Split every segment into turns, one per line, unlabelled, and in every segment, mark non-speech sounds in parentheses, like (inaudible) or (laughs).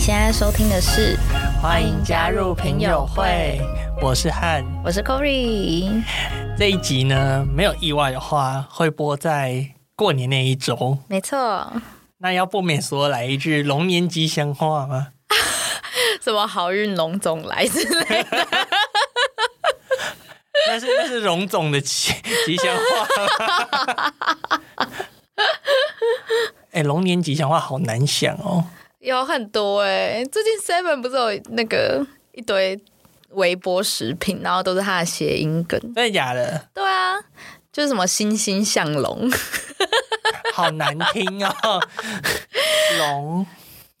现在收听的是，
欢迎加入朋友会，我是汉。
我是 Corey。
这一集呢，没有意外的话，会播在过年那一周。
没错，
那要不免说来一句龙年吉祥话吗？
什么好运龙总来之 (laughs) 类的，
那是那是荣总的吉吉祥话。 (laughs) 哎、龙年吉祥话好难想哦。
有很多哎、最近 Seven 不是有那个一堆微波食品，然后都是它的谐音梗。
真的假的？
对啊，就是什么欣欣向荣。
好难听 (laughs) 哦。龙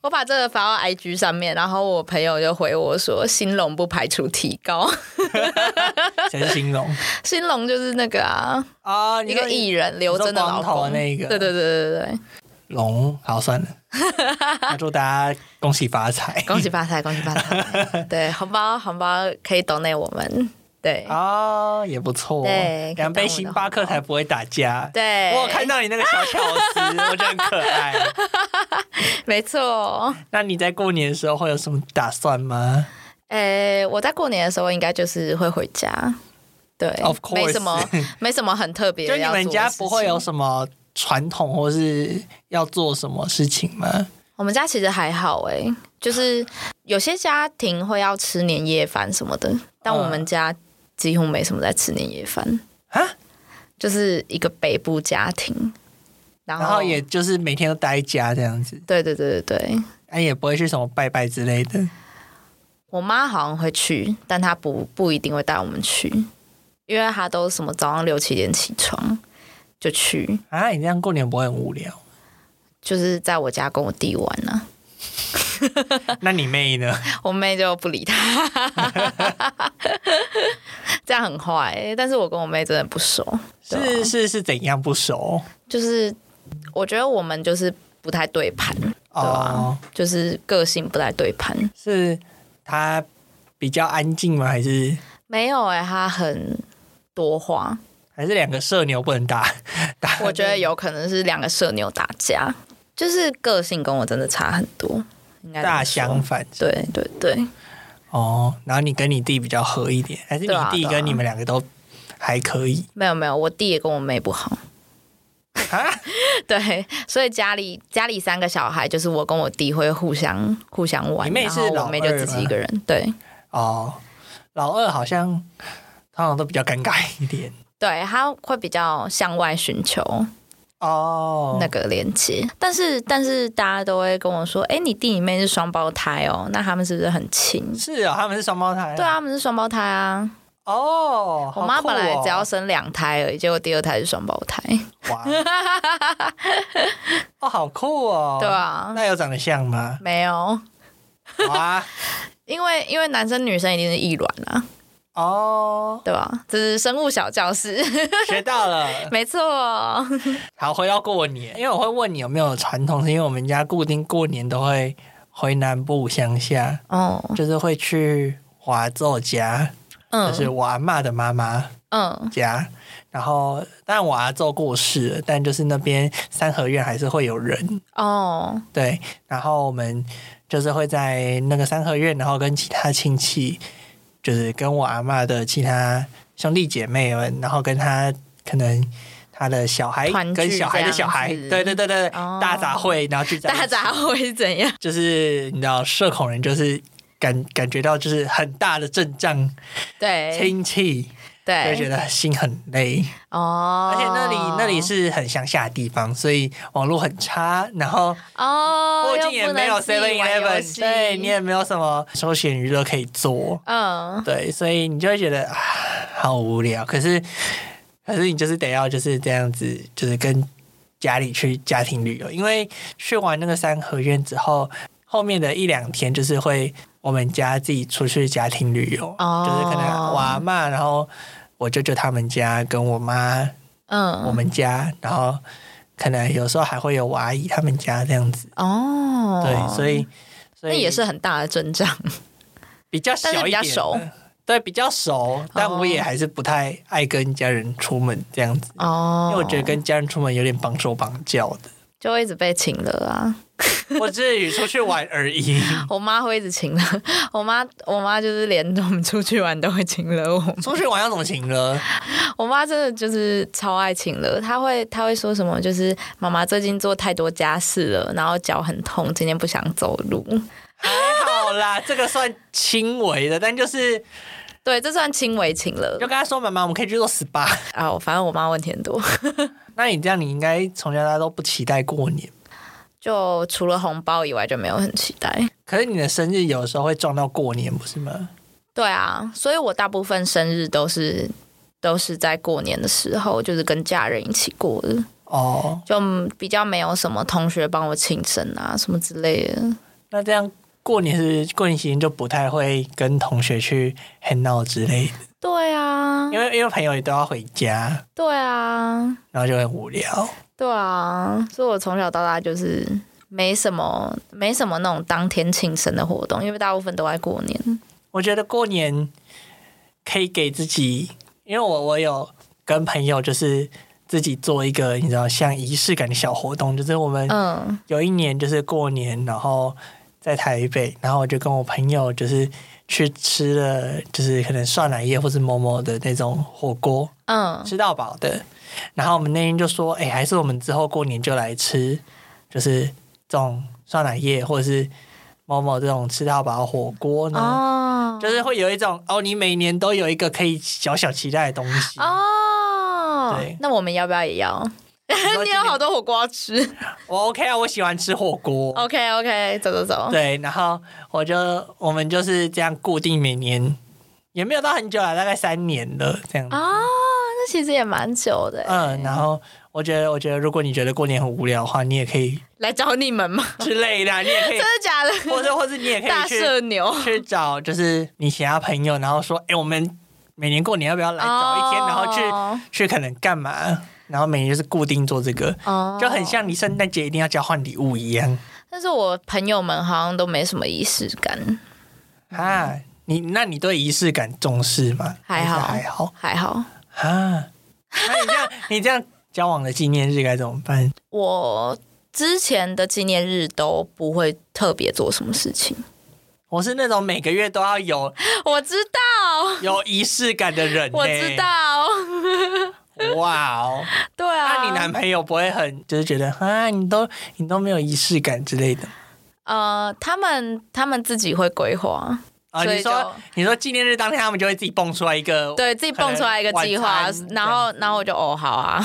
我把这个发到 IG 上面，然后我朋友就回我说：“兴隆不排除提高， (laughs)
谁是形容？
兴隆就是那个啊，
啊，
一
你
个艺人刘真的老
你说光头
公
的那个
对对对对对对，
龙，好算了。那祝大家恭喜发财。
恭喜发财，恭喜发 (laughs) 财！对，红包红包可以 donate 我们，对
哦，也不错。
对
两杯星巴克才不会打架。
对，
我有看到你那个小巧思，我觉得很可
(laughs)
爱。
没错。
那你在过年的时候会有什么打算吗？
诶，我在过年的时候应该就是会回家，对
Of course
没什 (laughs) 么没什么很特别
就
的
你
要做的事情。
们家不会有什么传统，或是要做什么事情吗？
我们家其实还好诶，就是有些家庭会要吃年夜饭什么的，但我们家几乎没什么在吃年夜饭，
啊，
哦就是一个北部家庭，然后
然后也就是每天都待家这样子，
对对对对对，
哎、也不会去什么拜拜之类的。
我妈好像会去，但她不不一定会带我们去，因为她都什么早上六七点起床就去，
啊，你这样过年不会很无
(laughs)
聊？
就是在我家跟我弟玩呢、
那你妹呢？
我妹就不理她，这样很坏、欸但是我跟我妹真的不熟，对啊
是是是怎样不熟？
就是我觉得我们就是不太对盘，对啊
哦，
就是个性不太对盘。
是她比较安静吗？还是
没有哎、她很多话，
还是两个社牛不
(laughs)
能打？
我觉得有可能是两个社牛打架，就是个性跟我真的差很多，应该这么说
大相反
对对对，
哦。然后你跟你弟比较合一点，还是你
对啊
弟
对啊
跟你们两个都还可以
没有没有，我弟也跟我妹不好，
啊？
对，所以家里家里三个小孩，就是我跟我弟会互相互相玩，
你妹
然
是
后
老
我妹就
二
自己
吗
一个人，对
(laughs) 哦，老二好像通常都比较尴尬一点
对，他会比较向外寻求
哦。
那个连接，但是但是大家都会跟我说，哎、你弟你妹是双胞胎哦，那他们是不是很亲？
是啊、哦，他们是双胞胎。
对啊，，他们是双胞胎啊。
哦，
我妈
好酷哦
本来只要生两胎而已，结果第二胎是双胞胎，
哇，
(laughs)
哦，好酷哦。
对啊，
那有长得像吗？
没有，
哇，
因为因为男生女生一定是异卵啊， (laughs)
哦，
对吧？这是生物小教室， (laughs)
学到了。
没错，哦
好，回到过年，因为我会问你有没有传统，是因为我们家固定过年都会回南部乡下，
哦，
就是会去华昼家，
嗯
就是我阿嬷的妈妈
嗯，
家。然后，但我阿昼过世了，但就是那边三合院还是会有人，
哦，
对。然后我们就是会在那个三合院，然后跟其他亲戚，就是跟我阿嬷的其他兄弟姐妹们，然后跟他可能他的小孩
团聚
跟小孩的小孩
这样，子
对对对对，
哦
大杂烩，然后聚在一起
大杂烩是怎样？
就是你知道社恐人就是感感觉到就是很大的阵仗，
对
亲戚就会觉
对，
得心很累，
哎哦，
而且那里那里是很乡下的地方，所以网络很差，然后
哦，
附
又
近也
不
没有
能自己
Seven
玩游戏
Eleven，对你也没有什么休闲娱乐可以做，
嗯，
对，所以你就会觉得啊好无聊，可是可是你就是得要就是这样子，就是跟家里去家庭旅游，因为去完那个三合院之后，后面的一两天就是会我们家自己出去家庭旅游，
哦
就是可能我阿嬷，然后我舅舅他们家跟我妈
嗯，
我们家，然后可能有时候还会有我阿姨他们家这样子，
哦，
对，所以所
那
以
也是很大的阵仗，
比较小一
但是
点的，
比较熟
对，比较熟，但
哦
我也还是不太爱跟家人出门这样子，
哦， (laughs)
因为我觉得跟家人出门有点绑手绑脚的。
就会一直被请了啊，
我只是出去玩
(laughs)
而已。
我妈会一直请了， (laughs) 我妈我妈就是连我们出去玩都会请了我。 (laughs)
出去玩要怎么请呢？
我妈真的就是超爱请了，她会她会说什么？就是妈妈最近做太多家事了，然后脚很痛，今天不想走路。
还哎好啦，这个算轻微的，但就是
对，这算轻微请了
就跟他说：“妈妈，我们可以去做 SPA。 (laughs)
啊！我反正我妈问题很多，” (laughs)
那你这样，你应该从小到大都不期待过年。
就除了红包以外就没有很期待。
可是你的生日有时候会撞到过年，不是吗？
对啊，所以我大部分生日都是都是在过年的时候，就是跟家人一起过的，
哦，
就比较没有什么同学帮我庆生啊什么之类的。
那这样过年是过年期间就不太会跟同学去 hang out 之类的，
对啊，
因为因为朋友也都要回家，
对啊，
然后就很无聊。
对啊，所以我从小到大就是没什么没什么那种当天庆生的活动，因为大部分都在过年。
我觉得过年可以给自己，因为我我有跟朋友就是自己做一个你知道像仪式感的小活动，就是我们
嗯，
有一年就是过年，然后在台北，然后我就跟我朋友就是去吃了，就是可能涮奶叶或是某某的那种火锅，
嗯，
吃到饱的。然后我们那天就说，哎、还是我们之后过年就来吃，就是这种酸奶叶或者是某某这种吃到饱火锅呢，
哦，
就是会有一种哦，你每年都有一个可以小小期待的东西。
哦
对，
那我们要不要也要？
你说
你
今
有
年
好多火锅要吃。
(laughs) 我 OK 啊，我喜欢吃火锅。
OK OK，走走走。
对，然后我就我们就是这样固定每年，也没有到很久啊了，大概三年了这样。
啊，那其实也蛮久的。欸
嗯，然后我觉得，我觉得如果你觉得过年很无聊的话，你也可以
来找你们
(laughs)
吗？
之类的啊，你也可以
真的假的？
(laughs) 或者或者你也可
(laughs)
以
大
去
社牛。
(laughs) 去找，就是你其他朋友，然后说，哎、我们每年过年要不要来找一天，然后去
后
去可能干嘛？然后每年就是固定做这个，
哦
就很。像你圣诞节一定要交换礼物一样
但是我朋友们好像都没什么仪式感，
啊。你那你对仪式感重视吗？
嗯还好
还是还好
还好。
啊。那你这样你这样交往的纪念日该怎么办？
我之前的纪念日都不会特别做什么事情。
我是那种每个月都要有
(laughs) 我知道，
(laughs) 有仪式感的
(laughs)
人、
我知。道。
哇哦，
对啊。
那你男朋友不会很就是觉得啊，你都你都没有仪式感之类的吗
呃，他们他们自己会规划，
啊，
所以
你说
就
你说纪念日当天，他们就会自己蹦出来一个，
对自己蹦出来一个计划
晚餐，
然后然后我就哦好啊，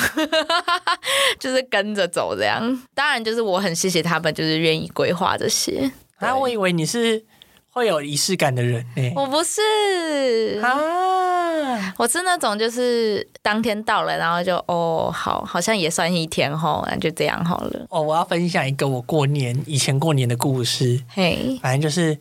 (laughs) 就是跟着走这样。当然，就是我很谢谢他们，就是愿意规划这些。
然啊后我以为你是会有仪式感的人呢、
我不是，
啊，
我是那种就是当天到了，然后就哦好，好像也算一天吼，那就这样好了。
哦，我要分享一个我过年以前过年的故事，
嘿，
反正就是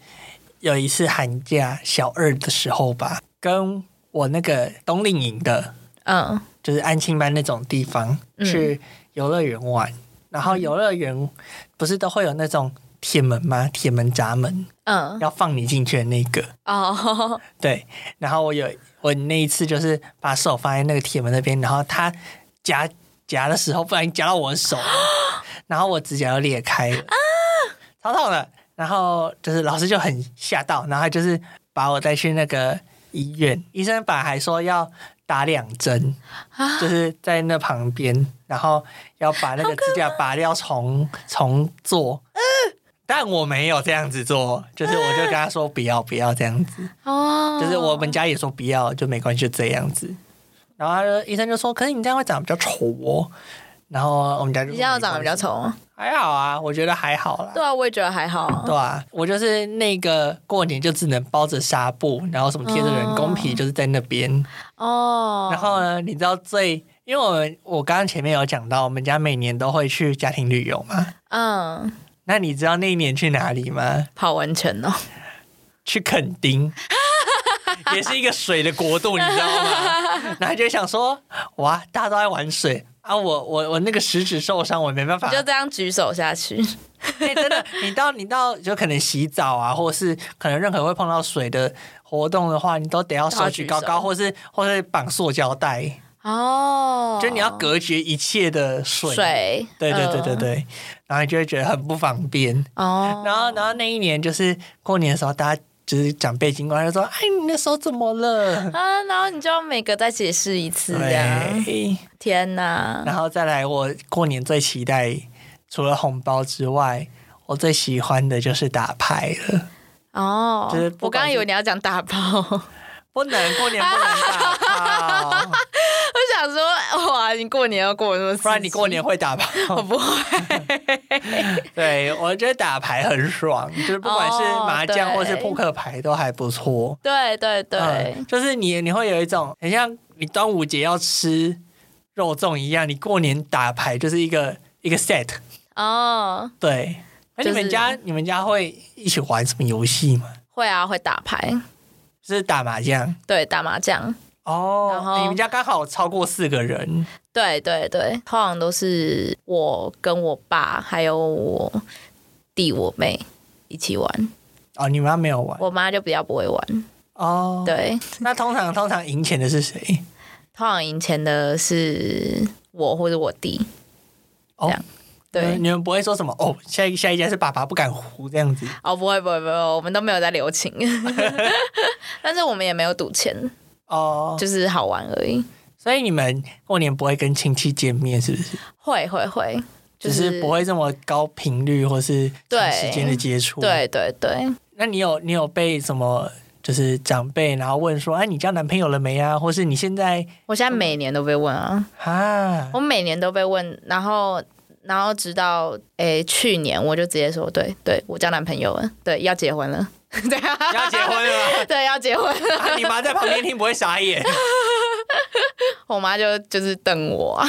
有一次寒假小二的时候吧，跟我那个冬令营的，
嗯
就是安庆班那种地方
嗯
去游乐园玩，然后游乐园不是都会有那种铁门吗？铁门闸门
嗯
要放你进去的那个。
(laughs) 哦，
对，然后我有我那一次就是把手放在那个铁门那边，然后他夹夹的时候，不然夹到我的手，然后我指甲就裂开了，超痛的。然后就是老师就很吓到，然后他就是把我带去那个医院，医生本来还说要打两针，就是在那旁边，然后要把那个指甲拔掉重重做。但我没有这样子做，就是我就跟他说不要不要这样子，
哦，
就是我们家也说不要，就没关系，就这样子。然后他就医生就说：“可是你这样会长得比较丑哦。”然后我们家就
你
说
这样长得比较，
没关
丑，
系还好啊，我觉得还好啦。
对啊，我也觉得还好啊。
对啊，我就是那个过年就只能包着纱布，然后什么贴着人工皮，就是在那边。
哦，
然后呢，你知道最，因为我们我刚刚前面有讲到，我们家每年都会去家庭旅游嘛。
嗯，
那你知道那一年去哪里吗？
泡温泉
(laughs)
哦。
去垦
(laughs)
丁，也是一个水的国度，你知道
(laughs)
吗？然后就想说，哇，大家都在玩水啊，我我我那个食指受伤，我没办法。
就这样举手下去。
(laughs) 哎、真的，你到你到就可能洗澡啊，或是可能任何会碰到水的活动的话，你都得要手举高
都要
高，
举手
或是或是绑塑胶带。
哦，
就是你要隔绝一切的水。
水，
对对对对
嗯，
对，然后你就会觉得很不方便。
哦，
然后，然后那一年就是过年的时候，大家就是长辈经过，他就说：“哎，你的手怎么了
啊，然后你就要每个再解释一？”次，这样，
对，
天哪，
哎然后再来，我过年最期待除了红包之外，我最喜欢的就是打牌了。
哦
就是，不
我
管
刚刚以
是
为你要讲打包， (laughs) 我
不能过年不能打 (laughs) 炮，
想说，哇，你过年要过那么，
不然你过年会打炮。
我 (laughs) 不会，
(laughs) 对，我觉得打牌很爽，就是不管是
哦
麻将
对
或是扑克牌都还不错。
对对对
嗯，就是你你会有一种很像你端午节要吃肉粽一样，你过年打牌就是一个一个 set。嗯
哦，
对，哎，
就
你
是
们家你们家会一起玩什么游戏吗？
会啊，会打牌，
就是打麻将
对，打麻将，然
哦
后。
你们家刚好超过四个人，
对对对，通常都是我跟我爸还有我弟我妹一起玩，
哦，你们家没有玩
我妈就比较不会玩，
哦。，
对，
那通常通常赢钱的是谁？
通常赢钱的是我或者我弟，这
哦
样
呃
对。
你们不会说什么哦，下一下一家是爸爸不敢胡这样子
哦，不会不会不会，我们都没有在留
(laughs)
情，但是我们也没有赌钱，
哦。
就是好玩而已。
所以你们过年不会跟亲戚见面，是不是？
会会会，就
只
是
是不会这么高频率或是长
对
时间的接触。，
对对对，
那你有你有被什么就是长辈然后问说，哎，你交男朋友了没啊？或是你现在
我现在每年都被问啊，
啊？
我每年都被问，然后然后直到诶、去年，我就直接说，对对，我交男朋友了，对，要结婚了， (laughs) 对啊，，
要结婚了
对，要结婚 (laughs) 了。
啊、你妈在旁边听不会傻眼。
我妈就就是瞪
(laughs)
我、啊，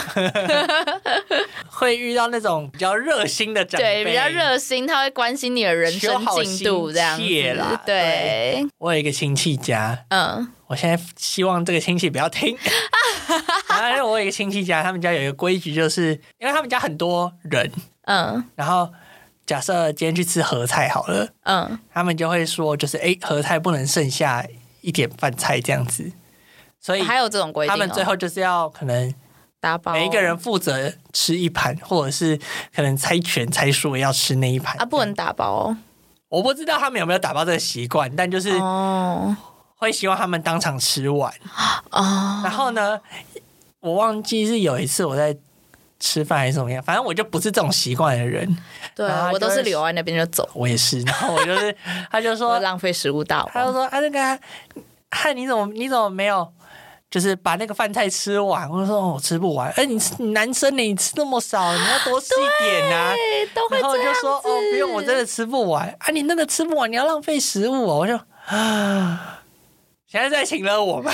会遇到那种比较热心的长辈，
对，比较。热心，她会关心你的人
求
生
好
进度
心
这样子
切啦，
对，
我有一个亲戚家，
嗯，
我现在希望这个亲戚不要
(laughs)
听。然后我有一个亲戚家，他们家有一个规矩，就是因为他们家很多人，
嗯
然后假设今天去吃合菜好了，
嗯，
他们就会说，就是哎，合菜不能剩下一点饭菜这样子。所以
还有这种规定、哦，
他们最后就是要可能
打包哦
每一个人负责吃一盘，或者是可能猜拳猜输了要吃那一盘
啊，不能打包哦
我不知道他们有没有打包这个习惯，但就是
哦
会希望他们当场吃完。
哦
然后呢，我忘记是有一次我在吃饭还是怎么样，反正我就不是这种习惯的人，
对啊
然后
我都
就是
是留在那边就走，
我也是。然后我
(laughs)
就是，他就
我
说，
浪费食物大
他就
王。
说啊，那个汉，你怎么你怎么没有？就是把那个饭菜吃完，我就说哦我吃不完。哎、你你男生呢？你吃那么少，你要多吃一点啊。
哎，都会
然后我
这
就
样子。
说哦，不用，我真的吃不完啊！你那个吃不完，你要浪费食物哦。我就 (gasps) 啊，现在在请了我们，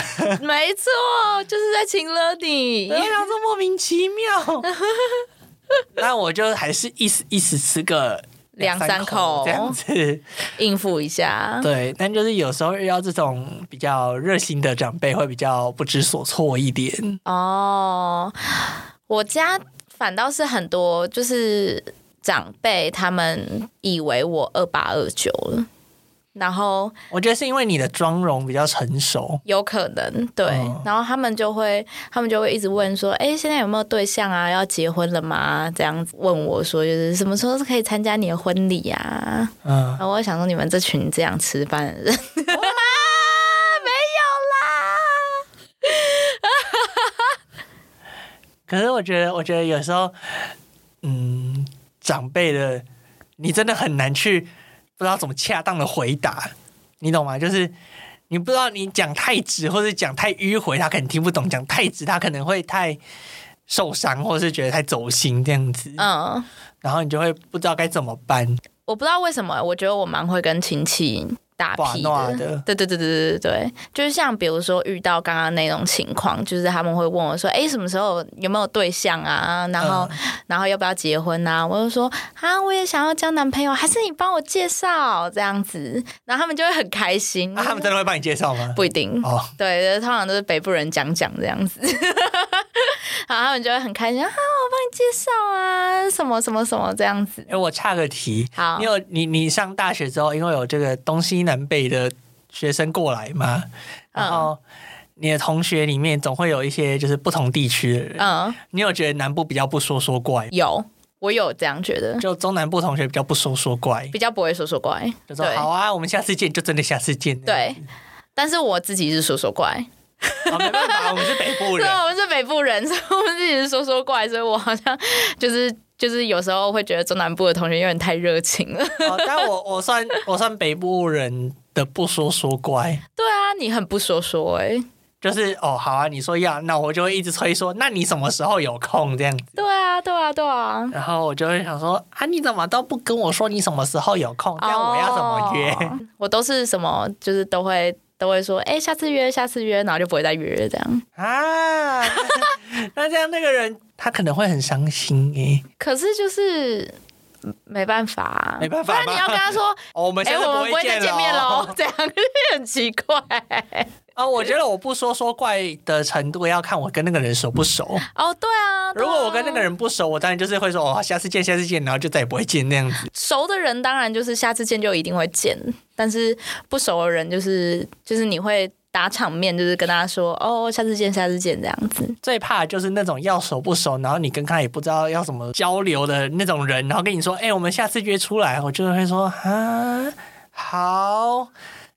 没错，就是在请了你
我。想说莫名其妙。 (laughs) 那我就还是一时一时吃个
两三口
口这样子，
应付一下。
对。但就是有时候遇到这种比较热心的长辈，会比较不知所措一点。
哦，我家反倒是很多就是长辈他们以为我二八二九了，然后
我觉得是因为你的妆容比较成熟，
有可能对，
嗯
然后他们就会，他们就会一直问说，哎、现在有没有对象啊？要结婚了吗？这样子问我说，就是什么时候可以参加你的婚礼啊？
嗯
然，后我就想说，你们这群这样吃饭的人， (laughs) 没有啦，
可是我觉得，我觉得有时候，嗯，长辈的你真的很难去不知道怎么恰当的回答，你懂吗？就是你不知道你讲太直，或者讲太迂回，他可能听不懂；讲太直，他可能会太受伤，或是觉得太走心这样子。
嗯。
然后你就会不知道该怎么办。
我不知道为什么，我觉得我蛮会跟亲戚打屁
把闹
的。
的
对对对对对对，就是像比如说遇到刚刚那种情况，就是他们会问我说：“哎，什么时候有没有对象啊？然后、
嗯
然后要不要结婚啊？”我就说：“啊，我也想要交男朋友，还是你帮我介绍这样子。”然后他们就会很开心。
啊那、他们真的会帮你介绍吗？
不一定，
哦，
对，通常都是北部人讲讲这样子， (laughs) 然后他们就会很开心啊，我帮你介绍啊，什么什么什么这样子。
哎，我岔个题，
好
你有你你上大
嗯
学之后，因为有这个东西南北的学生过来嘛，然后你的同学里面总会有一些就是不同地区的人，
嗯，
你有觉得南部比较不说说怪，
有，我有这样觉得，
就中南部同学比较不说说怪，
比较不会说说怪，
就说
对
好啊，我们下次见，就真的下次见。
对，但是我自己是说说怪，
好，哦没办法，我们是北
(laughs)
部
对，啊
人，
我们是北部人，所以我们自己是说说怪，所以我好像就是就是有时候会觉得中南部的同学有点太热情了。 (laughs)
哦但我我算我算北部人的不说说怪，
对啊，你很不说说哎、
就是哦，好啊，你说要，那我就会一直催说，那你什么时候有空这样子？
对啊，对啊，对啊。
然后我就会想说啊，你怎么都不跟我说你什么时候有空？这样我要怎么约？
哦我都是什么，就是都会都会说，哎、下次约，下次约，然后就不会再约这样。
啊？ (laughs) 那这样那个人他可能会很伤心欸诶、
可是就是嗯没办法啊，
没办法
不
吗
然你要跟他说，
哦，我们
哎、
现在
我们不会再见面哦
喽
喽。，
(laughs)
这样很奇怪
啊、我觉得我不说说怪的程度要看我跟那个人熟不熟。
哦。对啊，对啊
如果我跟那个人不熟，我当然就是会说哦，下次见，下次见，然后就再也不会见那样
(laughs)
子。
熟的人，当然就是下次见就一定会见，但是不熟的人，就是就是你会打场面，就是跟他说，哦，下次见，下次见这样子。
最怕就是那种要熟不熟，然后你跟他也不知道要怎么交流的那种人，然后跟你说，哎、我们下次约出来，我就会说啊，好，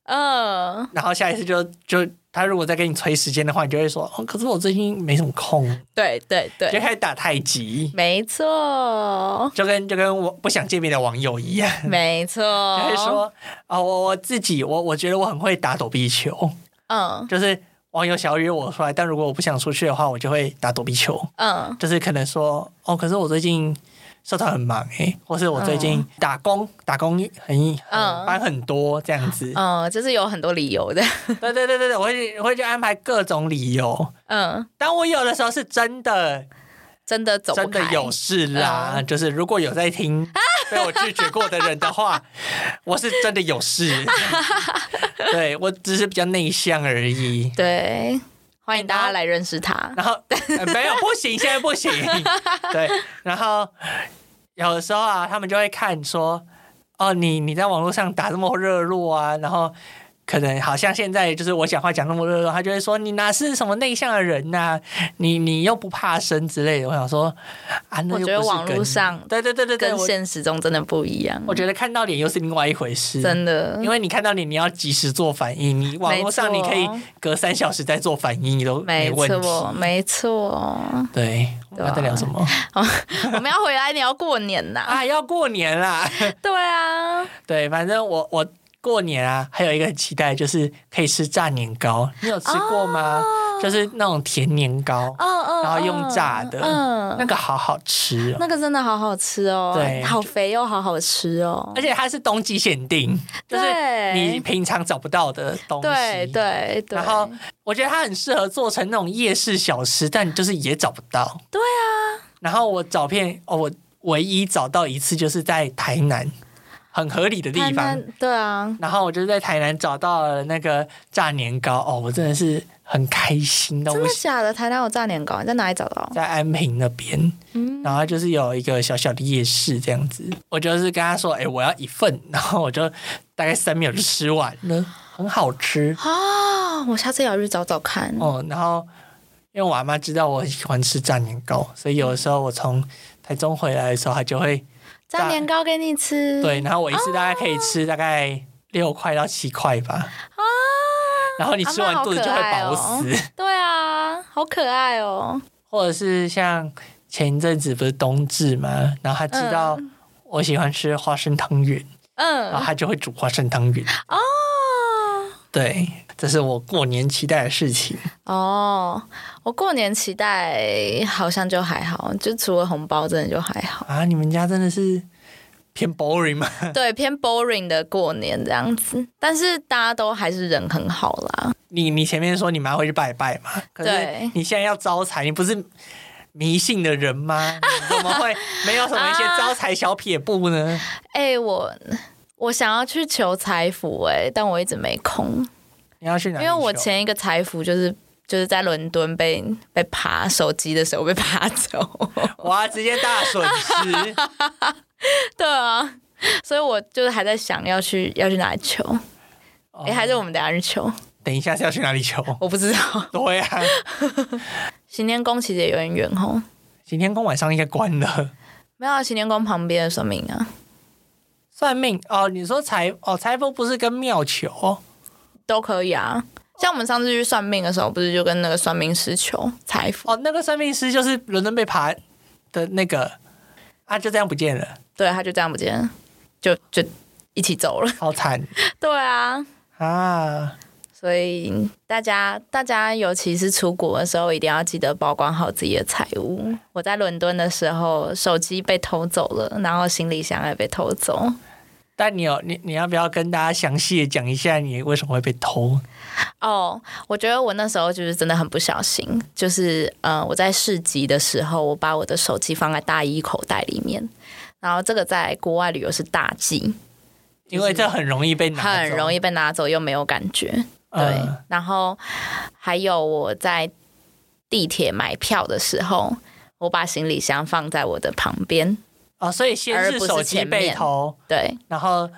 嗯、
然后下一次就就他如果再跟你催时间的话，你就会说哦，可是我最近没什么空，
对对
就
对，
开始打太极，
没错，
就跟就跟我不想见面的网友一样，
没错。
他就
哦
说啊、我我自己我我觉得我很会打躲避球，
嗯
就是网友想要约我出来，但如果我不想出去的话，我就会打躲避球，
嗯
就是可能说哦，可是我最近。社团很忙诶、或是我最近打工、打工很很
嗯
班很多这样子，
嗯，就是有很多理由的。
对对对对对，我会我会去安排各种理由，
嗯，
但我有的时候是真的
真的走不
真
开。嗯
的有事啦，就是如果有在
(laughs)
听被我拒绝过的人的话，我是真的
(laughs)
有事。对我只是比较内向而已。
对，欢迎大
然
家
后
来认识他。 (laughs)
然后、呃没有不行，现在不行。对，然后有的时候啊，他们就会看说，哦，你你在网络上打这么热络啊，然后。可能好像现在就是我讲话讲那么热络，他就会说你哪是什么内向的人呐、你你又不怕生之类的。我想说啊，那
我
又
觉得
不是
网络
跟
上
对对对对对，
跟
我
现实中真的不一样，
我觉得嗯看到脸又是另外一回事，
真的
因。为你看到脸，你要及时做反应。你网络上
没
你
错
可以隔三小时再做反应，你都
没
问题。
错，没错。
对，我
对啊
们在聊什么
我们要回来，你要过年呐、
啊？要过
(laughs)
年啦！
对啊，
对，反正我我过年啊，还有一个期待就是可以吃炸年糕，你有吃过吗？
啊
就是那种甜年糕，
嗯嗯，
然后用炸的
嗯，
那个好好吃哦。
那个真的好好吃哦，
对
好肥又好好吃哦
而，且它是冬季限定，就是
对
你平常找不到的东西。
对对对，
然后我觉得它很适合做成那种夜市小吃，但就是也找不到。
对
啊。然后我找片，哦，我唯一找到一次就是在台南，很合理的地
台
方
南。对啊，
然后我就在台南找到了那个炸年糕，哦，我真的是很开心到
真
不
的
行。
假的？台南有炸年糕，你在哪里
(laughs)
找到？
在安平那边，
嗯，
然后就是有一个小小的夜市这样子，我就是跟他说，哎、我要一份，然后我就大概三秒就吃完了，很好吃。
啊、我下次也要去找找看。
哦，然后因为我阿妈知道我很喜欢吃炸年糕，所以有的时候我从台中回来的时候，她就会
炸年糕给你吃，
对，然后我一次大概可以吃大概六块到七块吧，
啊，
然后你吃完
阿嬷好
肚子就会
可爱
饱
哦
死，
对啊，好可爱哦，
或者是像前一阵子不是冬至嘛，然后她知道我喜欢吃花生汤圆，然后
嗯，
她就会煮花生汤圆，
哦。
对，这是我过年期待的事情。
哦，我过年期待好像就还好，就除了红包，真的就还
(laughs)
好。
啊，你们家真的是偏 boring 吗？
对，偏 boring 的过年这样子，但是大家都还是人很好啦。
你你前面说你妈会去拜拜嘛？可是
对
你现在要招财，你不是迷信的人吗？你怎么
(laughs)
会没有什么一些
啊
招财小撇步呢？
哎、我我想要去求财富哎、但我一直没空，
你要去哪
因
里求？
为我前一个财富就是。就是在伦敦被被扒手机的时候被扒走， (laughs)
哇，直接大损失。
对啊，所以我就是还在想要去要去哪里求，哎、
哦
还是我们等一下去求，
等一下是要去哪里求？
我不知道。
对啊，
行天宫其实也有点远哦，
行天宫晚上应该关了。
没有啊行天宫旁边的神明啊，
算命哦，你说财哦，财富不是跟庙求？
都可以啊。像我们上次去算命的时候，不是就跟那个算命师求财富？
哦，那个算命师就是伦敦被爬的那个啊，就这样不见了，
对，他就这样不见了，就就一起走了。 (laughs)
好惨
对啊，
啊！
所以大家大家尤其是出国的时候，一定要记得保管好自己的财物。我在伦敦的时候，手机被偷走了，然后行李箱也被偷走。
但你有你你要不要跟大家详细的讲一下你为什么会被偷？
哦，我觉得我那时候就是真的很不小心，就是呃，我在市集的时候，我把我的手机放在大衣口袋里面，然后这个在国外旅游是大忌，
因为这很容易被拿走，
很容易被拿走又没有感觉。对，
嗯
然后还有我在地铁买票的时候，我把行李箱放在我的旁边，
哦，所以先
而
是
不是
手机
前
被
面
偷，
对，
然后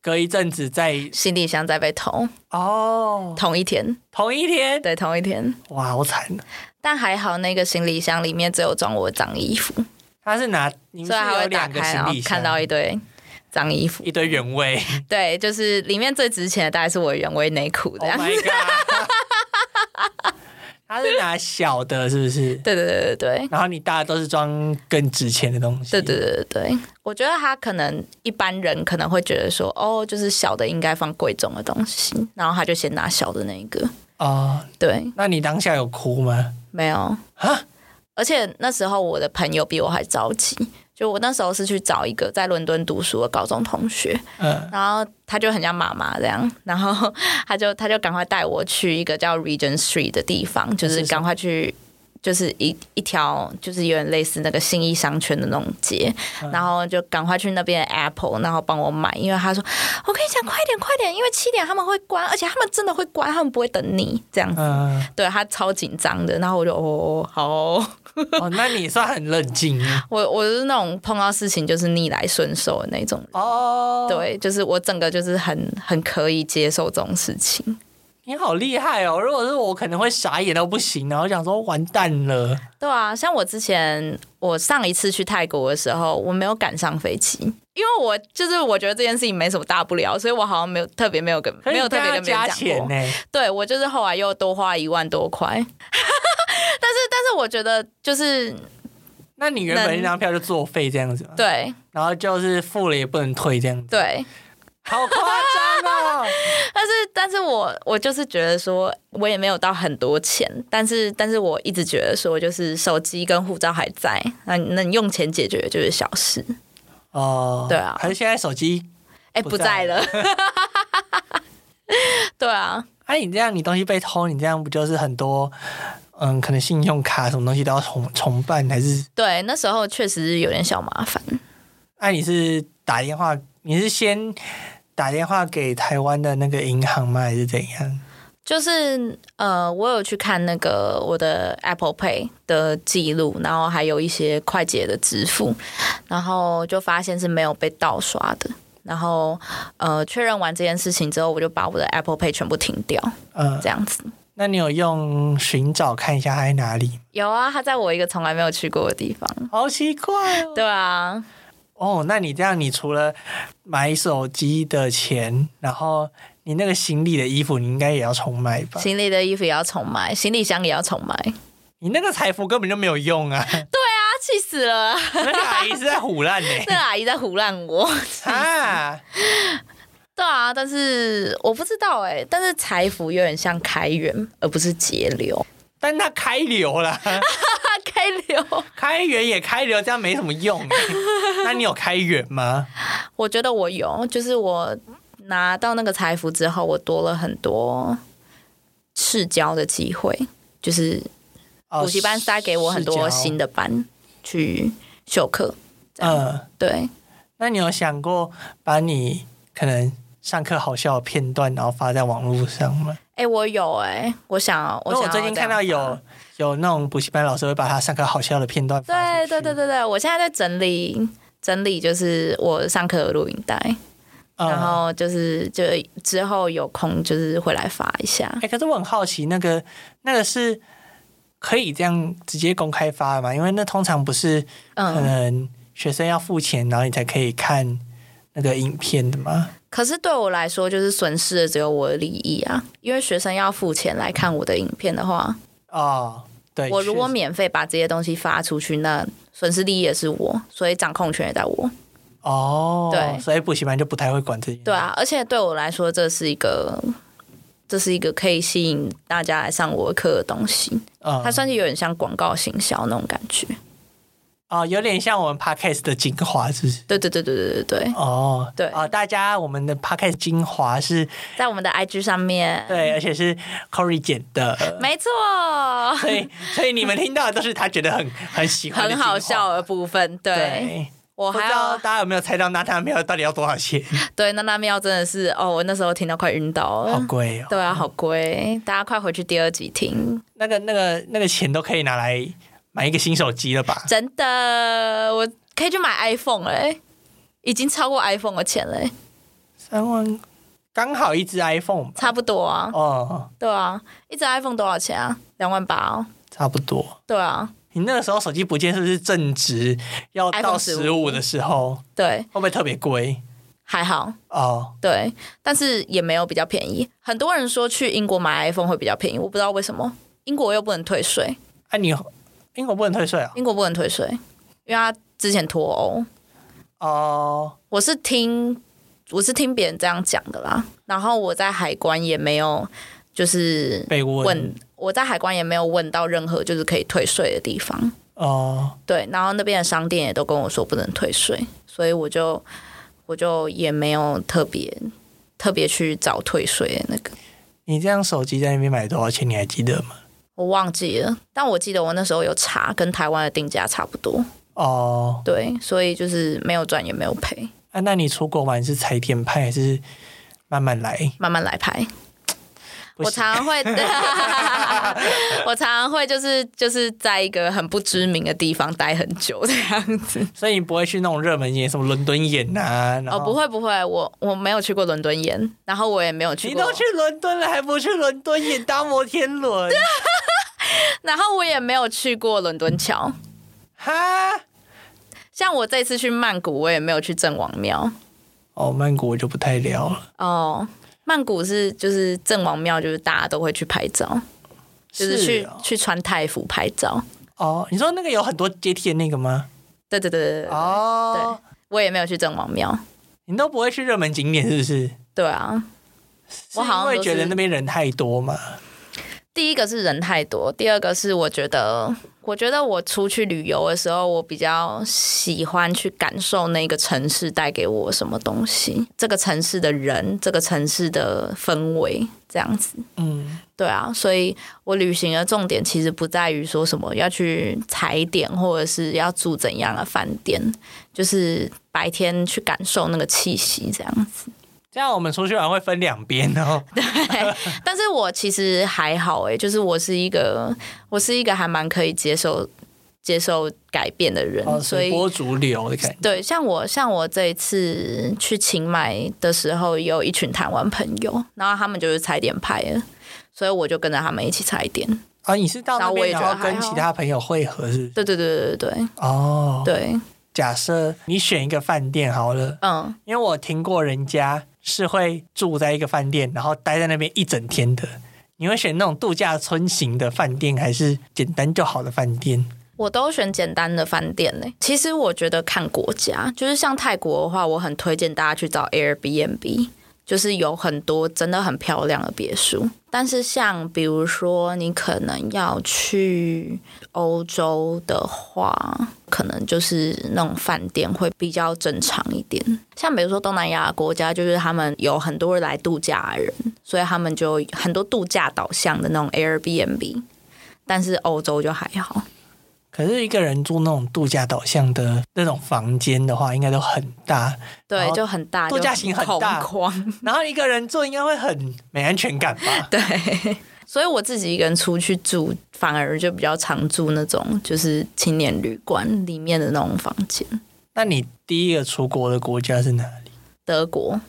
隔一阵子再
行李箱再被偷，
哦，
同一天，
同一天，
对，同一天。
哇，好惨！
但还好，那个行李箱里面只有装我脏衣服，
他是拿，你
所以
是
还
有
会打
两个
开，然
行
后
李箱，
看到一堆脏衣服。
一堆原味
对，就是里面最值钱的大概是我的原味内裤这
(laughs) ，Oh
样。
my god！他是拿小的，是不是？
(laughs) 对对对对对。
然后你大家都是装更值钱的东西。
对对对对对，我觉得他可能一般人可能会觉得说，哦，就是小的应该放贵重的东西，然后他就先拿小的那一个。
哦，
对，
那你当下有哭吗？
没有
啊，
而且那时候我的朋友比我还着急，就我那时候是去找一个在伦敦读书的高中同学，
嗯，
然后他就很像妈妈这样， (laughs) 然后他就他就赶快带我去一个叫 Regent Street 的地方，就是
是什么
赶快去。就是一一条，就是有点类似那个信义商圈的那种街，
嗯
然后就赶快去那边的 Apple，然后帮我买，因为他说我跟你讲快点快点，因为七点他们会关，而且他们真的会关，他们不会等你这样子。
嗯，
对他超紧张的，然后我就哦好哦
(laughs) 哦，那你算很冷静
我我是那种碰到事情就是逆来顺受的那种人，
哦。，
对，就是我整个就是很很可以接受这种事情，
你好厉害哦！如果是我，我可能会傻眼到不行，然后想说完蛋了。
对啊，像我之前我上一次去泰国的时候，我没有赶上飞机，因为我就是我觉得这件事情没什么大不了，所以我好像没有特别没有跟
可是
没
你
有特别
这样
跟别人
加
讲
钱欸
过，
呢、
对我就是后来又多花一万多块，但 (laughs) 是但是我觉得就是
那你原本那张票就作废这样子吗？
对
然后就是付了也不能退这样子。，
对，
好夸张哦！
但是，但是我我就是觉得说，我也没有到很多钱，但是，但是我一直觉得说，就是手机跟护照还在，那那你用钱解决就是小事。
哦，
对啊
还是现在手机？
哎、
不
不在
在
了。 (laughs) 对啊，
哎、你这样你东西被偷，你这样不就是很多？嗯，可能信用卡什么东西都要重重办，还是？
对，那时候确实是有点小麻烦。
哎、你是打电话？你是先打电话给台湾的那个银行吗？还是怎样？
就是呃，我有去看那个我的 Apple Pay 的记录，然后还有一些快捷的支付，然后就发现是没有被盗刷的。然后呃，确认完这件事情之后，我就把我的 Apple Pay 全部停掉，
嗯，
这样子。
那你有用寻找看一下它在哪里？
有啊，他在我一个从来没有去过的地方。
好奇怪哦！
对啊，
哦，那你这样，你除了买手机的钱，然后你那个行李的衣服，你应该也要重买吧？
行李的衣服也要重买，啊行李箱也要重买。啊，
你那个裁缝根本就没有
(laughs)
用啊！
气死了！啊
那个阿姨是在
(laughs)
胡乱呢、
那阿姨在胡乱我。 (laughs)
啊！
对啊，但是我不知道哎、但是财富有点像开源，而不是节流。
但他开流了，
啊，开流，
开源也开流，这样没什么用、欸。那你有开源吗？
我觉得我有，就是我拿到那个财富之后，我多了很多试教的机会，就是
哦
补习班塞给我很多新
的。
的班去修课。
嗯，
对，
那你有想过把你可能上课好笑的片段，然后发在网络上吗？
哎、我有哎、我想，
因
我想
为哦我
要
最近
这
看
样
到有
发。
有那种补习班老师会把他上课好笑的片段发
对
出去
对对对对，我现在在整理整理，就是我上课的录影带。
嗯
然后就是就之后有空就是会来发一下
哎、。可是我很好奇，那个那个是可以这样直接公开发的吗？因为那通常不是可
嗯，
能学生要付钱，然后你才可以看那个影片的吗？
可是对我来说，就是损失的只有我的利益啊，因为学生要付钱来看我的影片的话，
哦，对，
我如果
确实
免费把这些东西发出去，那损失利益也是我，所以掌控权也在我。
嗯哦，
对
所以补习班就不太会管这些。
对啊，而且对我来说，这是一个。这是一个可以吸引大家来上我的课的东西，
嗯，
它算是有点像广告行销那种感觉。
哦，有点像我们 podcast 的精华，是不是？
对对对对对对对，
哦，
对
哦，大家我们的 podcast 精华是
在我们的 IG 上面，
对，而且是 Corey 剪的，
嗯没错，
所以所以你们听到的都是他觉得很很喜欢，
很好笑。的部分。对
对，
我
我不
还
知道
要
大家有没有猜到那他没有到底要多
(laughs)
少钱？
对那拉妙真的是哦，我那时候听到快晕倒
好
了。
贵哦！
对啊，好贵，大家快回去第二集听，
那个那个那个钱都可以拿来买一个新手机了吧？
真的，我可以去买 iPhone 了欸，已经超过 iPhone 的钱了欸，
三万刚好一只 iPhone 吧
差不多啊，
哦，
对啊，一只 iPhone 多少钱啊？两万八哦，
差不多。
对啊，
你那个时候手机不见是不是正值要到
iPhone
十五
15
的时候，
对，
会不会特别贵？
还好，
哦，
对，但是也没有比较便宜。很多人说去英国买 iPhone 会比较便宜，我不知道为什么。英国又不能退税，
啊你，英国不能退税啊？
英国不能退税，因为他之前脱欧。
哦，
我是听我是听别人这样讲的啦，然后我在海关也没有就是
被问
问，我在海关也没有问到任何就是可以退税的地方。
哦，
对，然后那边的商店也都跟我说不能退税，所以我就我就也没有特别特别去找退税的那个。
你这样手机在那边买多少钱？你还记得吗？
我忘记了，但我记得我那时候有查，跟台湾的定价差不多，
哦，
对，所以就是没有赚也没有赔，
啊，那你出国玩是踩点派还是慢慢来？
慢慢来拍。
不
我
行
常常
(laughs)
会， (laughs) 我常常会就是就是在一个很不知名的地方待很久这样子。
所以你不会去那种热门演，什么伦敦眼呐、然
哦，
后
不。会不会，我我没有去过伦敦眼，然后我也没有去
你
过
都，去伦敦了，还不去伦敦演搭摩天轮？
然后我也没有去过伦敦桥。
哈！
像我这次去曼谷，我也没有去郑王庙。
哦，曼谷我就不太聊了。
哦，曼谷是就是郑王庙，就是大家都会去拍照。就是去
哦
去穿泰服拍照。
哦，你说那个有很多阶梯的那个吗？
对对对对对，
哦，
我也没有去郑王庙。
你都不会去热门景点是不是？
对啊，我好像
是因为
都
觉得
是
那边人太多嘛。
第一个是人太多，第二个是我觉得，我觉得我出去旅游的时候，我比较喜欢去感受那个城市带给我什么东西，这个城市的人，这个城市的氛围，这样子。
嗯，
对啊，所以我旅行的重点其实不在于说什么要去踩点，或者是要住怎样的饭店，就是白天去感受那个气息这样子。
这样我们出去玩会分两边 (laughs) 哦。
(laughs) 但是我其实还好诶、就是我是一个我是一个还蛮可以接受接受改变的人，
哦，
所
随
以
波逐流的感觉。
对，像我像我这一次去清迈的时候，也有一群台湾朋友，然后他们就是踩点派的，所以我就跟着他们一起踩点。
(laughs) 啊，你是到那
然后我
边
也觉得
然后跟
还好
其他朋友会合是不是？
对对对对对对
哦，
对，
假设你选一个饭店好了，
嗯。
因为我听过人家是会住在一个饭店，然后待在那边一整天的。你会选那种度假村型的饭店，还是简单就好的饭店？
我都选简单的饭店嘞、其实我觉得看国家，就是像泰国的话，我很推荐大家去找 Airbnb，就是有很多真的很漂亮的别墅。但是像比如说你可能要去欧洲的话，可能就是那种饭店会比较正常一点。像比如说东南亚的国家，就是他们有很多来度假的人，所以他们就有很多度假导向的那种 Airbnb。但是欧洲就还好。
可是一个人住那种度假导向的那种房间的话，应该都很 (laughs) 大，然
对，
后
就很大，
度假型很大
就空 (laughs) 旷。
然后一个人住应该会很没安全感吧？ (laughs)
对，所以我自己一个人出去住，反而就比较常住那种就是青年旅馆里面的那种房间。
那你第一个出国的国家是哪里？
德国，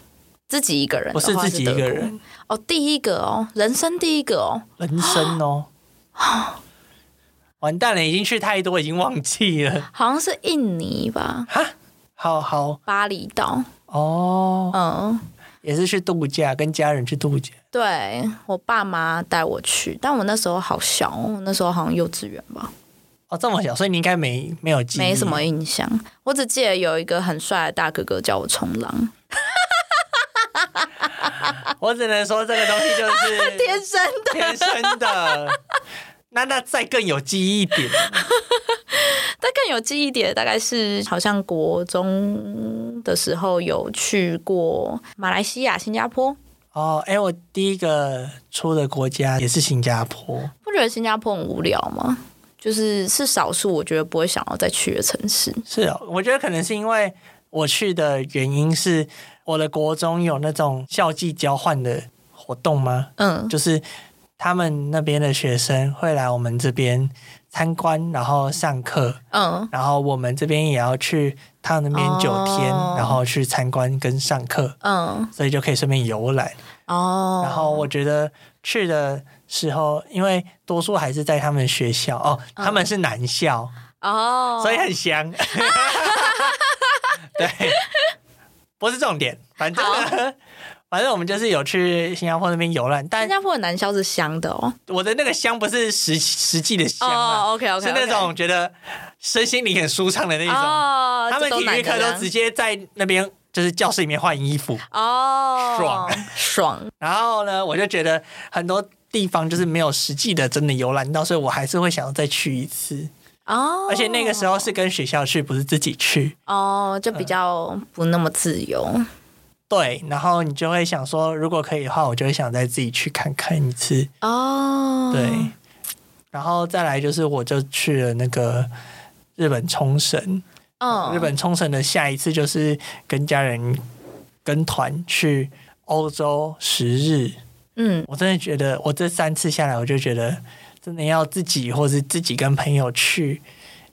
自己一个人的
我是
话
自己一
德
个
国
人，
哦，第一个哦，人生第一个哦，
人生哦， (gasps) 完蛋了，已经去太多，已经忘记了。
好像是印尼吧，
好好
巴厘岛，
哦，
嗯，
也是去度假，跟家人去度假。
对我爸妈带我去，但我那时候好小哦，我那时候好像幼稚园吧，
哦，这么小，所以你应该没没有记忆，
没什么印象，我只记得有一个很帅的大哥哥叫我冲浪，
我只能说这个东西就
(laughs)
是
天生的，
天生的。那那再更有记忆一点，
但更有记忆点的大概是好像国中的时候有去过马来西亚、新加坡。
哦，哎、我第一个出的国家也是新加坡，
不觉得新加坡很无聊吗？就是是少数我觉得不会想要再去的城市。
是哦，我觉得可能是因为我去的原因是我的国中有那种校际交换的活动吗？
嗯，
就是他们那边的学生会来我们这边参观，然后上课，
嗯，
然后我们这边也要去他们那边九天，
哦
然后去参观跟上课，
嗯，
所以就可以顺便游览。
哦，
然后我觉得去的时候，因为多数还是在他们学校哦，
嗯
他们是男校，
哦，
所以
(laughs)
很香。对，不是重点，反正呢 (laughs) 反正我们就是有去新加坡那边游览，但
新加坡的南消是香的哦。
我的那个香不是实实际的香啊，
哦，OK OK，
是那种觉得身心灵很舒畅的那一种。
哦，
他们
这
体育
难的
课都
啦
直接在那边就是教室里面换衣服，
哦，
爽
爽，
然后呢，我就觉得很多地方就是没有实际的真的游览到，所以我还是会想要再去一次。
哦，
而且那个时候是跟学校去，不是自己去。
哦，就比较不那么自由。
对，然后你就会想说，如果可以的话，我就会想再自己去看看一次。
哦，
对，然后再来就是，我就去了那个日本冲绳。
嗯，
日本冲绳的下一次就是跟家人跟团去欧洲十日。
嗯，
我真的觉得，我这三次下来，我就觉得真的要自己或是自己跟朋友去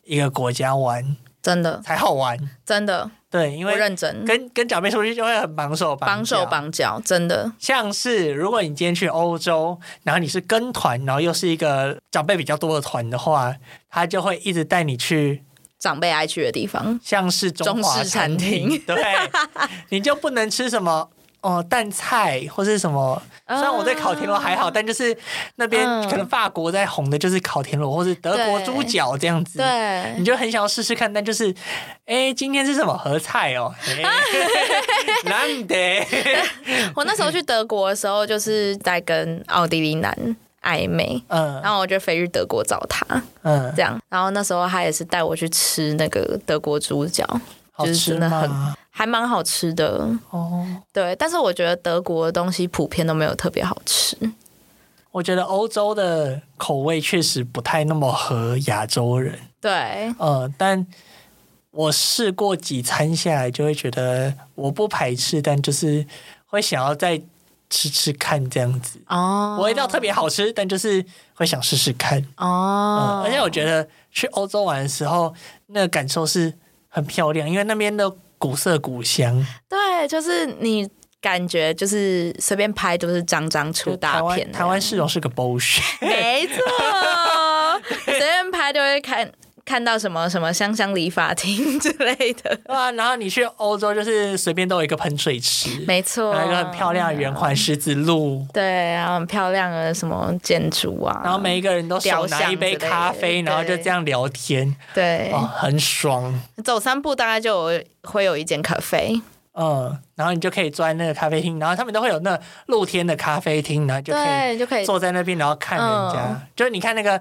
一个国家玩
真的
才好玩。
真的，
对，因
我
为
认真，
跟跟长辈出去就会很绑手
绑
脚
手。绑脚，真的，
像是如果你今天去欧洲，然后你是跟团，然后又是一个长辈比较多的团的话，他就会一直带你去
长辈爱去的地方。
像是中华
中式餐
厅，
厅啊
(laughs) 对，你就不能吃什么哦蛋菜或是什么虽然我对烤田螺还好，但就是那边
嗯
可能法国在红的就是烤田螺，或是德国猪脚这样子。
对，
你就很想要试试看，但就是，哎、今天是什么合菜哦？
(laughs)
(laughs) 难得
我那时候去德国的时候，就是在跟奥地利男暧昧，
嗯
然后我就飞去德国找他，
嗯，
这样。然后那时候他也是带我去吃那个德国猪脚，
好
就是
吃
真的很
吗？
还蛮好吃的。
哦，
对，但是我觉得德国的东西普遍都没有特别好吃。
我觉得欧洲的口味确实不太那么合亚洲人，
对，
呃，但我试过几餐下来，就会觉得我不排斥，但就是会想要再吃吃看这样子。
哦，
不会到特别好吃，但就是会想试试看。嗯，
哦，
而且我觉得去欧洲玩的时候，那个感受是很漂亮，因为那边的古色古香，
对，就是你感觉就是随便拍都是张张出大
台
片
湾
的，
台湾市容是
(laughs)
个 bullshit。
没错，随便拍就会看看到什么什么香香理发厅 (laughs) 之类的，
对啊，然后你去欧洲就是随便都有一个喷水池，
没错，
然后一个很漂亮的圆环十字路，
对，然后很漂亮的什么建筑啊，
然后每一个人都手
雕
拿一
像
杯
之类
咖
的
啡，然后就
对
这样聊天，
对、
哦，很爽。
走三步大概就有会有一间咖啡，
嗯，然后你就可以坐在那个咖啡厅，然后他们都会有那露天的咖啡厅，然后就可以
对，就可以嗯
坐在那边，然后看人家，就是你看那个。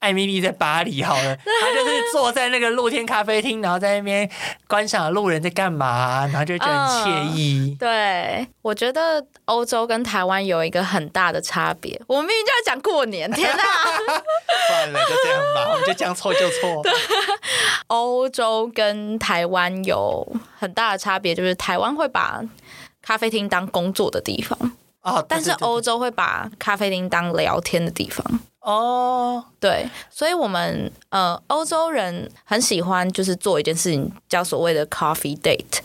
艾米丽在巴黎好
(laughs)
了，她就是坐在那个露天咖啡厅，然后在那边观赏路人在干嘛、然后就觉得很惬
嗯
(laughs) 意。
对，我觉得欧洲跟台湾有一个很大的差别。我明明就要讲过年，天哪！
算了，就这样吧，我们就将错就错。
欧洲跟台湾有很大的差别，就是台湾会把咖啡厅当工作的地方，
哦，
但是
对对对
欧洲会把咖啡厅当聊天的地方。
哦，
对，所以我们呃，欧洲人很喜欢就是做一件事情，叫所谓的 coffee date，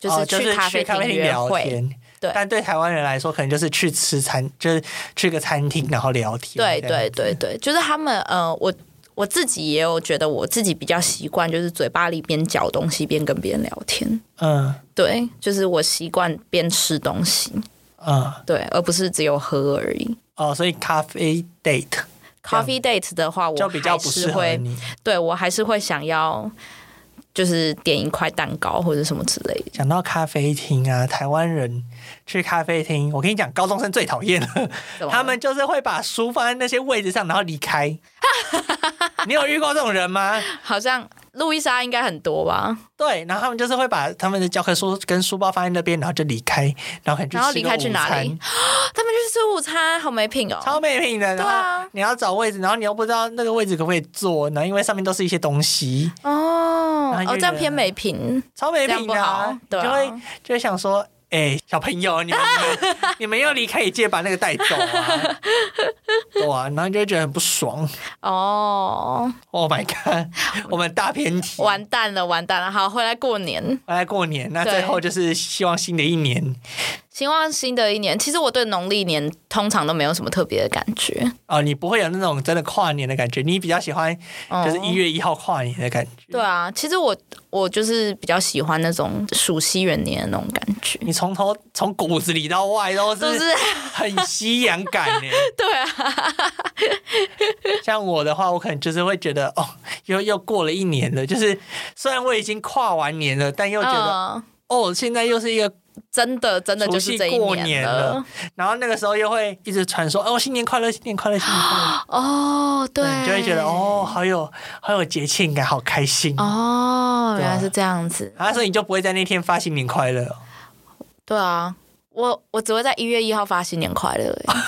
就
哦
是
就是
去咖啡
去咖啡
厅
厅
约
聊
会。
天，
对
但对台湾人来说，可能就是去吃餐，就是去个餐厅然后聊天。
对
这样
对对对，就是他们呃，我我自己也有觉得我自己比较习惯，就是嘴巴里边嚼东西边跟别人聊天。
嗯
对，就是我习惯边吃东西，
嗯
对，而不是只有喝而已。
哦，所以咖啡 date
Coffee date 的话，我
就比较
还
不
是
适合
会，
你。
对我还是会想要，就是点一块蛋糕或者什么之类的。
讲到咖啡厅啊，台湾人去咖啡厅，我跟你讲，高中生最讨厌了，
怎么
他们就是会把书放在那些位置上，然后
(laughs)
离开。你有遇过这种人吗？
好像路易莎应该很多吧？
对，然后他们就是会把他们的教科书跟书包放在那边，然后就离开，然后可能去
然后
吃个
离开去
午
哪
餐
里？他们就是吃午餐，好没品哦。
超没品的。
对
然
啊
后你要找位置，然后你又不知道那个位置可不可以坐，然后因为上面都是一些东西，
哦
然后
哦，
就
这样
觉
偏
得
没品。
超没品
这
的、
样不
啊
好，对啊
就会就会想说，哎、小朋友，你们你们要离开，也记得把那个带走啊，对啊，然后你就会觉得很不爽。 (laughs)
哦，
Oh
(laughs)
my god，我们大偏题。
完蛋了，完蛋了！好，回来过年，
回来过年，那
对
最后就是希望新的一年
希望新的一年。其实我对农历年通常都没有什么特别的感觉，
哦，你不会有那种真的跨年的感觉，你比较喜欢
哦
就是一月一号跨年的感觉。
对啊，其实我我就是比较喜欢那种属西元年的那种感觉，
你从头从骨子里到外都
是不
是
是？ (laughs)
很西洋感欸呢。
对啊，
像我的话，我可能就是会觉得哦， (laughs) 又又过了一年了，就是虽然我已经跨完年了，但又觉得、
嗯，
哦，现在又是一个，
真的真的就
除
是
夕
这一
过
年
年
了
了。然后那个时候又会一直传说哦，新年快乐，新年快乐，新 (gasps) 年快乐，
哦，对，
你就会觉得哦，好有好有节庆感，好开心。
哦，
对啊
原来是这样子。
啊，所以你就不会在那天发新年快乐哦、
对啊，我我只会在一月一号发新年快乐
(laughs)
而已，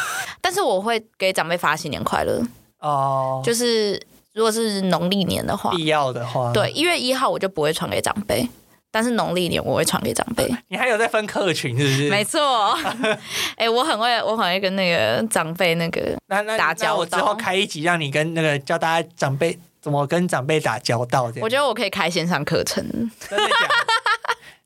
但是我会给长辈发新年快乐，
哦，
就是如果是农历年的话，
必要的话，
对，一月一号我就不会传给长辈，但是农历年我会传给长辈。
你还有在分客群是不是？
没错， (laughs) 哎、我很会，我很会跟那个长辈那个，
那那
打
那我
交
之
道
后开一集，让你跟那个教大家长辈怎么跟长辈打交道，这样
我觉得我可以开线上课程，
真的假的？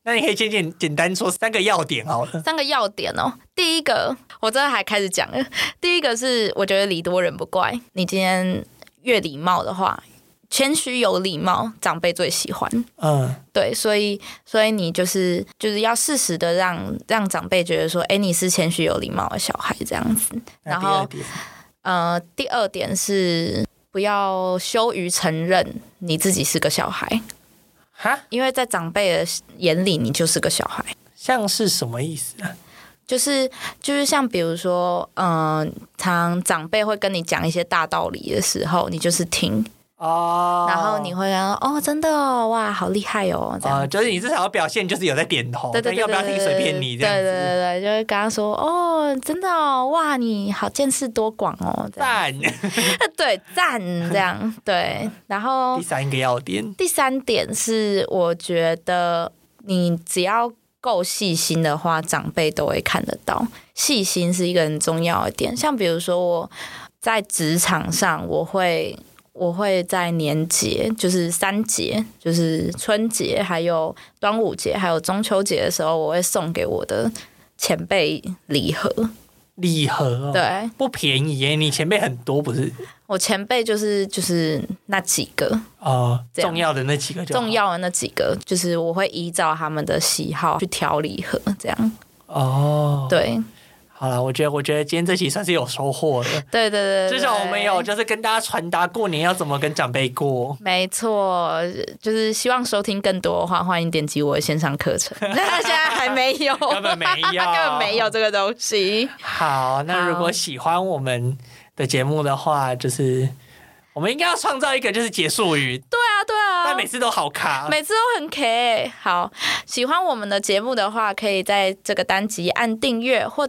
那你可以简简简单说三个要点好了。
三个要点哦。第一个，我真的还开始讲了，第一个是我觉得礼多人不怪，你今天越礼貌的话，谦虚有礼貌，长辈最喜欢。
嗯，
对，所以所以你就是就是要适时的让让长辈觉得说，哎，你是谦虚有礼貌的小孩这样子。
那
然
第二
后
点，
呃，第二点是不要羞于承认你自己是个小孩，
哈，
因为在长辈的眼里你就是个小孩。
像是什么意思啊？
就是就是像比如说，嗯、常长辈会跟你讲一些大道理的时候，你就是听，
哦，
然后你会说哦，真的哦，哇，好厉害哦，这样子
呃，就是你至少要表现，就是有在点头，
对对
但
对，
哦要不要听
对
随
对
便你这
对
样
对
子。
对对，就是跟他说哦，真的哦，哇，你好见识多广哦，这样
赞，
(laughs) 对赞这样对。然后
第三个要点，
第三点是，我觉得你只要够细心的话，长辈都会看得到。细心是一个很重要的点，像比如说我在职场上，我会。我会在年节，就是三节，就是春节、还有端午节、还有中秋节的时候，我会送给我的前辈礼盒。
礼盒哦，
对
不便宜耶，你前辈很多不是？
我前辈就是就是那几个，
哦，
这样
重要的那几个就好
重要的那几个，就是我会依照他们的喜好去调礼盒，这样。
哦。
对，
好了，我觉得我觉得今天这期算是有收获了，
对对对对，
至少我们有
对。
就是跟大家传达过年要怎么跟长辈过。
没错，就是希望收听更多的话，欢迎点击我的线上课
(laughs)
程。那现在还没有，
根本没有
(laughs) 根本没有这个东西。
好，那
好
如果喜欢我们的节目的话，就是我们应该要创造一个就是结束语，
对啊，对
但
啊
每，次都好卡。
每次都很 K。好，喜欢我们的节目的话，可以在这个单集按订阅或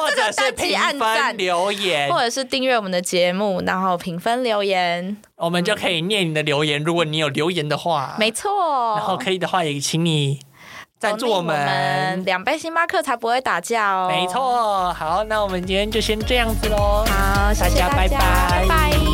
或者是
单
评
集按
分
赞
留言
或，者是订阅我们的节目，然后评分留言。
我们就可以念你的留言。如果你有留言的话，
没错，
啊然后可以的话也请你赞助
哦我
我
们
们。
两杯星巴克才不会打架哦。
没，错，好，那我们今天就先这样子喽。
好，谢谢
大家拜
拜
拜
拜